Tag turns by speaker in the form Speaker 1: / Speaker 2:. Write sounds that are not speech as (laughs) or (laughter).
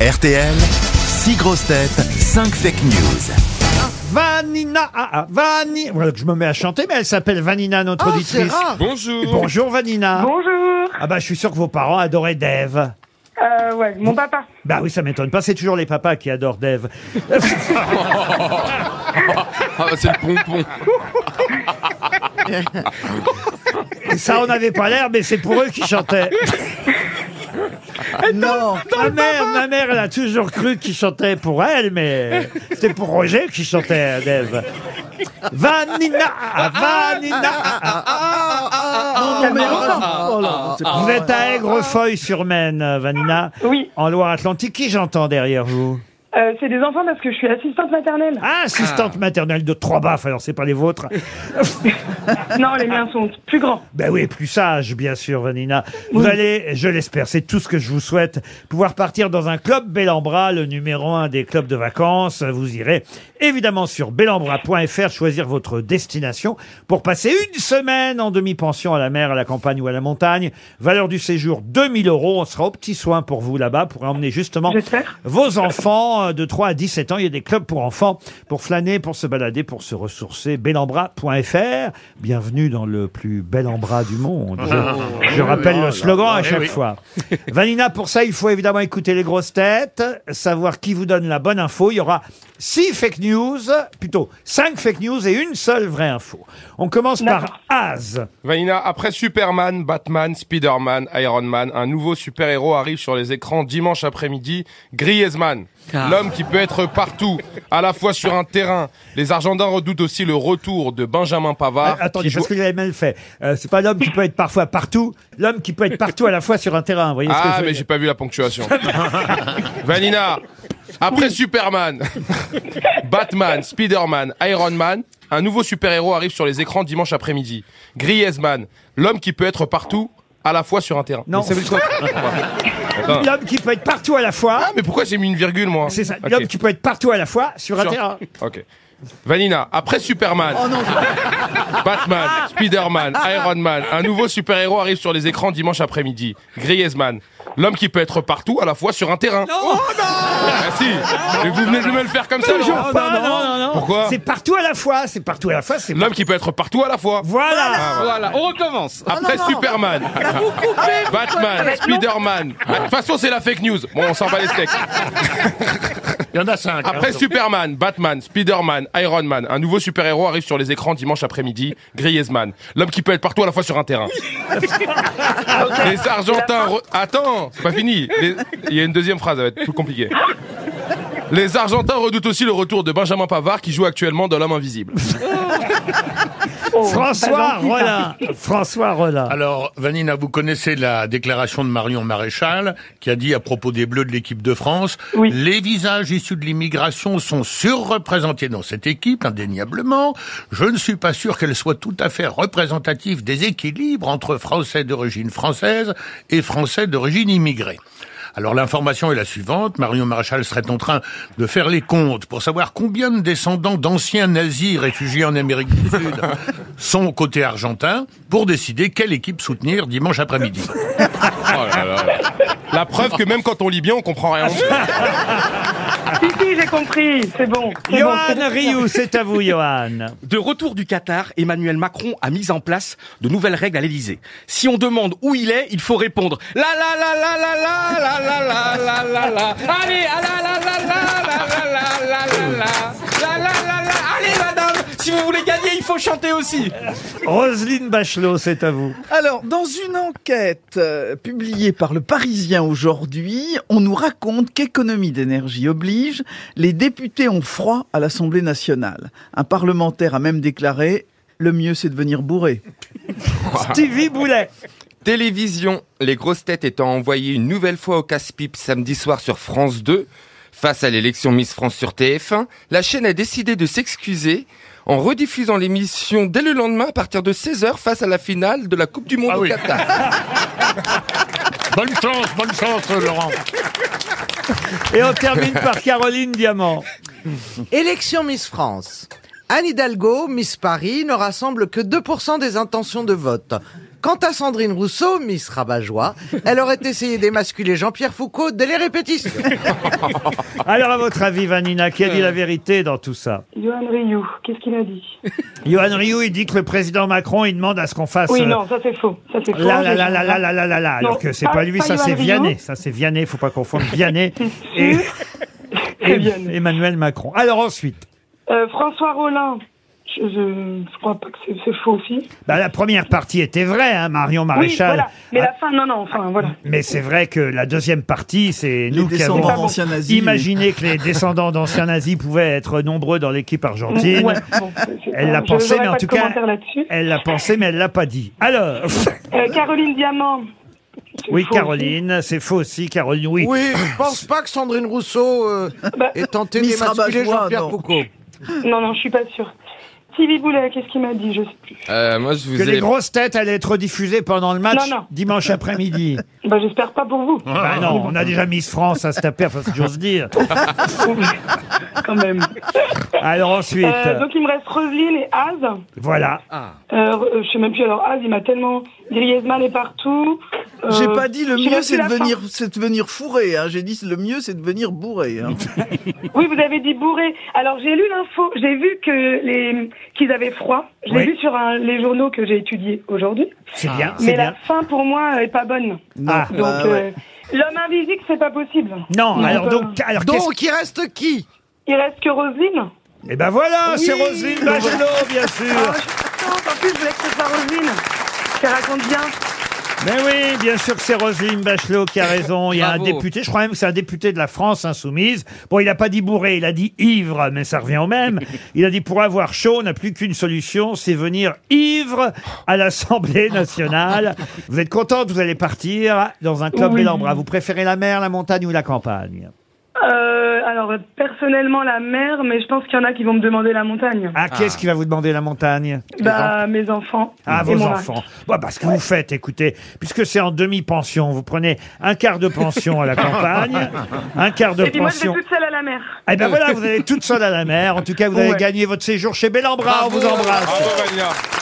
Speaker 1: RTL, 6 grosses têtes, 5 fake news.
Speaker 2: Vanina, ah, ah, Vani, voilà que je me mets à chanter, mais elle s'appelle Vanina, notre
Speaker 3: Oh, c'est
Speaker 2: auditrice.
Speaker 3: rare.
Speaker 4: Bonjour.
Speaker 2: Bonjour Vanina.
Speaker 3: Bonjour.
Speaker 2: Ah bah je suis sûr que vos parents adoraient Dave.
Speaker 3: Euh, ouais, mon papa.
Speaker 2: Bah oui, ça m'étonne pas, c'est toujours les papas qui adorent Dave.
Speaker 4: Ah, c'est le pompon.
Speaker 2: (laughs) Ça, on n'avait pas l'air, mais c'est pour eux qui
Speaker 3: (laughs)
Speaker 2: chantaient. non, ma mère, ma mère, elle a toujours cru qu'il chantait pour elle, mais c'était pour Roger qui chantait,
Speaker 3: (laughs)
Speaker 2: Dave. Vanina, ah, Vanina. ah, Oh,
Speaker 5: Oh
Speaker 2: Vous êtes à Aigrefeuille-sur-Maine, euh, Vanina.
Speaker 3: Oui,
Speaker 2: En Loire-Atlantique, qui j'entends derrière vous
Speaker 3: euh, c'est des enfants parce que je suis assistante maternelle.
Speaker 2: Ah, Assistante maternelle de trois baffes, alors c'est pas les vôtres. Ah.
Speaker 3: Non, les miens sont plus grands.
Speaker 2: Ben oui, plus sage, bien sûr, Vanina. Vous allez, je l'espère, c'est tout ce que je vous souhaite, pouvoir partir dans un club Bellambra, le numéro un des clubs de vacances. Vous irez évidemment sur bellambra.fr choisir votre destination pour passer une semaine en demi-pension à la mer, à la campagne ou à la montagne. Valeur du séjour 2000 euros. On sera au petit soin pour vous là-bas pour emmener justement
Speaker 3: J'espère.
Speaker 2: vos enfants euh, de 3 à 17 ans. Il y a des clubs pour enfants, pour flâner, pour se balader, pour se ressourcer. Bellambra.fr. Bienvenue dans le plus bel embras du monde. Je, je rappelle le slogan à chaque fois. Vanina, pour ça, il faut évidemment écouter les grosses têtes, savoir qui vous donne la bonne info. Il y aura 6 fake news, plutôt 5 fake news et une seule vraie info. On commence par Az.
Speaker 4: Vanina, après Superman, Batman, Spider-Man, Iron Man, un nouveau super-héros arrive sur les écrans dimanche après-midi, Griezmann. L'homme qui peut être partout, à la fois sur un terrain. Les Argentins redoutent aussi le retour de Benjamin Pavard.
Speaker 2: Ah, attendez,
Speaker 4: qui joue-
Speaker 2: parce que j'avais mal fait. Euh, c'est pas l'homme qui peut être parfois partout, l'homme qui peut être partout à la fois sur un terrain. Vous voyez ce que je
Speaker 4: Ah,
Speaker 2: veux
Speaker 4: mais
Speaker 2: dire
Speaker 4: j'ai pas vu la ponctuation. (laughs) Vanina, après Superman, (laughs) Batman, Spider-Man, Iron Man, un nouveau super-héros arrive sur les écrans dimanche après-midi. Griezmann, l'homme qui peut être partout, à la fois sur un terrain.
Speaker 2: Non, (laughs)
Speaker 4: Attends.
Speaker 2: l'homme qui peut être partout à la fois.
Speaker 4: Ah, mais pourquoi j'ai mis une virgule, moi
Speaker 2: C'est ça,
Speaker 4: Ok.
Speaker 2: l'homme qui peut être partout à la fois sur un
Speaker 4: Sur-
Speaker 2: terrain.
Speaker 4: Ok. Vanina, après Superman, Batman, Spider-Man, Iron Man, un nouveau super-héros arrive sur les écrans dimanche après-midi. Griezmann, l'homme qui peut être partout à la fois sur un terrain. Oh,
Speaker 2: Non,
Speaker 4: Ah si, mais vous venez de me le faire comme ça,
Speaker 2: toujours
Speaker 4: Laurent.
Speaker 2: pas, non, non, non.
Speaker 4: Pourquoi
Speaker 2: C'est partout à la fois, c'est partout à la fois, c'est.
Speaker 4: L'homme qui peut être partout à la fois.
Speaker 2: Voilà.
Speaker 6: Voilà, on recommence.
Speaker 4: Après Superman, Batman, Spider-Man. Ah, De toute façon, c'est la fake news. Bon, on s'en bat les steaks.
Speaker 7: Il y en a cinq.
Speaker 4: Après Superman, Batman, Spider-Man, Iron Man, un nouveau super-héros arrive sur les écrans dimanche après-midi, Griezmann. L'homme qui peut être partout à la fois sur un
Speaker 6: (laughs)
Speaker 4: terrain. Les Argentins... re- Attends, c'est pas fini. Les- Il y a une deuxième phrase, ça va être plus compliqué. Les Argentins redoutent aussi le retour de Benjamin Pavard qui joue actuellement dans L'Homme Invisible.
Speaker 3: Oh,
Speaker 2: François
Speaker 3: pas gentil, ça.
Speaker 2: Rollin. François Rollin.
Speaker 7: Alors, Vanina, vous connaissez la déclaration de Marion Maréchal qui a dit à propos des Bleus de l'équipe de France,
Speaker 3: Oui.
Speaker 7: les visages issus de l'immigration sont surreprésentés dans cette équipe, indéniablement. Je ne suis pas sûr qu'elle soit tout à fait représentative des équilibres entre Français d'origine française et Français d'origine immigrée. Alors l'information est la suivante, Marion Maréchal serait en train de faire les comptes pour savoir combien de descendants d'anciens nazis réfugiés en Amérique du Sud sont au côté argentin pour décider quelle équipe soutenir dimanche après-midi.
Speaker 4: Oh La preuve que même quand on lit bien, on comprend rien.
Speaker 3: Si, si, j'ai compris. C'est bon. c'est bon, c'est bon.
Speaker 2: Johan Rioux, c'est à vous, Johan.
Speaker 6: De retour du Qatar, Emmanuel Macron a mis en place de nouvelles règles à l'Elysée. Si on demande où il est, il faut répondre la la la la la la la la la la la la. Allez, ah la la la la la la la la la la la la la. Allez, madame, si vous voulez gagner, il faut chanter aussi.
Speaker 2: Roselyne Bachelot, c'est à vous.
Speaker 5: Alors, dans une enquête euh, publiée par le Parisien aujourd'hui, on nous raconte qu'économie d'énergie oblige, les députés ont froid à l'Assemblée nationale. Un parlementaire a même déclaré le mieux c'est de venir bourré.
Speaker 2: Stevie Boulet.
Speaker 8: Télévision, les grosses têtes étant envoyées une nouvelle fois au casse-pipe samedi soir sur France 2, face à l'élection Miss France sur TF1, la chaîne a décidé de s'excuser en rediffusant l'émission dès le lendemain à partir de 16h face à la finale de la Coupe du Monde
Speaker 7: Ah
Speaker 8: au
Speaker 7: oui.
Speaker 8: Qatar.
Speaker 7: bonne chance, bonne chance, Laurent.
Speaker 2: Et on termine par Caroline Diamant.
Speaker 9: Élection Miss France. Anne Hidalgo, Miss Paris, ne rassemble que 2% des intentions de vote. Quant à Sandrine Rousseau, Miss Rabat-Joie, elle aurait essayé d'émasculer Jean-Pierre Foucault dès les répétitions.
Speaker 2: Alors, à votre avis, Vanina, qui a dit la vérité dans tout ça
Speaker 3: Johan Rioux, qu'est-ce qu'il a dit
Speaker 2: Johan Rioux, il dit que le président Macron, il demande à ce qu'on fasse...
Speaker 3: Oui,
Speaker 2: euh,
Speaker 3: non, ça c'est faux. Ça c'est faux.
Speaker 2: Là, là, là, là, là, là, là, là, là.
Speaker 3: Non,
Speaker 2: Alors que c'est
Speaker 3: pas-
Speaker 2: pas lui,
Speaker 3: pas
Speaker 2: ça c'est
Speaker 3: Johan Rioux.
Speaker 2: Vianney. Ça c'est Vianney, faut pas confondre Vianney et,
Speaker 3: C'est (laughs) sûr.
Speaker 2: et
Speaker 3: C'est Vianney.
Speaker 2: Emmanuel Macron. Alors ensuite,
Speaker 3: Euh, François Rollin, je, je, je crois pas que c'est c'est faux aussi.
Speaker 2: bah, la première partie était vraie, hein, Marion
Speaker 3: Oui,
Speaker 2: Maréchal.
Speaker 3: voilà. Mais
Speaker 2: Ah,
Speaker 3: la fin, non, non, enfin, voilà.
Speaker 2: mais c'est vrai que la deuxième partie,
Speaker 5: Les
Speaker 2: c'est nous qui
Speaker 5: descendants
Speaker 2: avons
Speaker 5: d'anciens nazis.
Speaker 2: imaginé que les descendants d'anciens nazis pouvaient être nombreux dans l'équipe argentine.
Speaker 3: Ouais, bon, c'est- c'est-
Speaker 2: Elle l'a
Speaker 3: je-
Speaker 2: pensé,
Speaker 3: j'aurais
Speaker 2: mais en
Speaker 3: pas de
Speaker 2: tout cas-
Speaker 3: commentaire là-dessus.
Speaker 2: Elle l'a pensé, mais elle l'a pas dit.
Speaker 3: (laughs)
Speaker 2: Alors,
Speaker 3: Euh, Caroline Diamant. c'est
Speaker 2: oui,
Speaker 3: faux
Speaker 2: Caroline, c'est faux aussi, Caroline. Oui.
Speaker 9: Oui, je pense pas que Sandrine Rousseau euh,
Speaker 3: Bah.
Speaker 9: ait tenté
Speaker 5: Miss
Speaker 9: d'émasculer
Speaker 5: Rabat-Joie,
Speaker 9: Jean-Pierre
Speaker 5: non.
Speaker 9: Foucault.
Speaker 3: aussi. Non, non, je suis pas sûre. Sylvie Boulet, qu'est-ce qu'il m'a dit Je sais plus.
Speaker 8: Euh, moi, je vous
Speaker 2: Que les
Speaker 8: ai.
Speaker 2: grosses têtes allaient être rediffusées pendant le match
Speaker 3: Non, non.
Speaker 2: dimanche après-midi.
Speaker 3: Bah, j'espère pas pour vous.
Speaker 2: Bah non, on a déjà Miss France hein, à se taper, enfin, si j'ose dire. (laughs)
Speaker 3: Quand même.
Speaker 2: Alors ensuite,
Speaker 3: Euh, donc il me reste Roselyne et Az.
Speaker 2: voilà.
Speaker 3: Euh, re- euh, je sais même plus, alors Az, il m'a tellement... Griezmann est partout. Euh,
Speaker 5: J'ai pas dit le
Speaker 3: je sais
Speaker 5: mieux
Speaker 3: même
Speaker 5: c'est
Speaker 3: plus
Speaker 5: de
Speaker 3: la fin.
Speaker 5: venir c'est de venir fourrer hein. j'ai dit le mieux c'est de venir bourrer hein.
Speaker 3: Oui, vous avez dit bourré. Alors j'ai lu l'info, j'ai vu que les qu'ils avaient froid. Je l'ai
Speaker 2: Oui.
Speaker 3: vu sur un- les journaux que j'ai étudiés aujourd'hui.
Speaker 2: C'est bien, c'est
Speaker 3: Ah. Mais la
Speaker 2: bien.
Speaker 3: fin pour moi est pas bonne.
Speaker 5: Non,
Speaker 2: Ah.
Speaker 3: Donc
Speaker 5: bah,
Speaker 3: euh,
Speaker 5: ouais.
Speaker 3: l'homme invisible, c'est pas possible.
Speaker 2: Non,
Speaker 3: Non,
Speaker 2: alors
Speaker 3: pas-
Speaker 2: donc, alors qu'est-ce
Speaker 9: Donc, il reste qui
Speaker 3: Il reste que Roselyne.
Speaker 2: Eh ben voilà, c'est
Speaker 3: Oui.
Speaker 2: Roselyne Bachelot, bien
Speaker 3: Ah,
Speaker 2: sûr.
Speaker 3: je suis contente. En plus, je voulais que ce soit Roselyne. Je te raconte bien.
Speaker 2: Mais oui, bien sûr que c'est Roselyne Bachelot qui a raison. Il y a un
Speaker 9: Bravo.
Speaker 2: député, je crois même que c'est un député de la France insoumise. Bon, il n'a pas dit bourré, il a dit ivre, mais ça revient au
Speaker 9: (laughs)
Speaker 2: même. Il a dit pour avoir chaud, on n'a plus qu'une solution, c'est venir ivre à l'Assemblée nationale. Vous êtes contente, vous allez partir dans un club
Speaker 3: Oui.
Speaker 2: Bélambra. Vous préférez la mer, la montagne ou la campagne
Speaker 3: Euh, alors personnellement la mer, mais je pense qu'il y en a qui vont me demander la montagne.
Speaker 2: Ah, qu'est-ce qui va vous demander la montagne
Speaker 3: bah mes enfants.
Speaker 2: Ah,
Speaker 3: et
Speaker 2: vos
Speaker 3: mon mari.
Speaker 2: enfants. Bah, bah, ce que vous faites, écoutez, puisque c'est en demi-pension, vous prenez un quart de pension à la campagne, un quart de
Speaker 3: Et puis moi, je vais
Speaker 2: pension.
Speaker 3: toute seule à la mer.
Speaker 2: Eh ben voilà, vous allez toute seule à la mer. En tout cas, vous avez
Speaker 3: Ouais.
Speaker 2: gagné votre séjour chez Bellambra. On vous embrasse.
Speaker 4: Bravo, Vanina.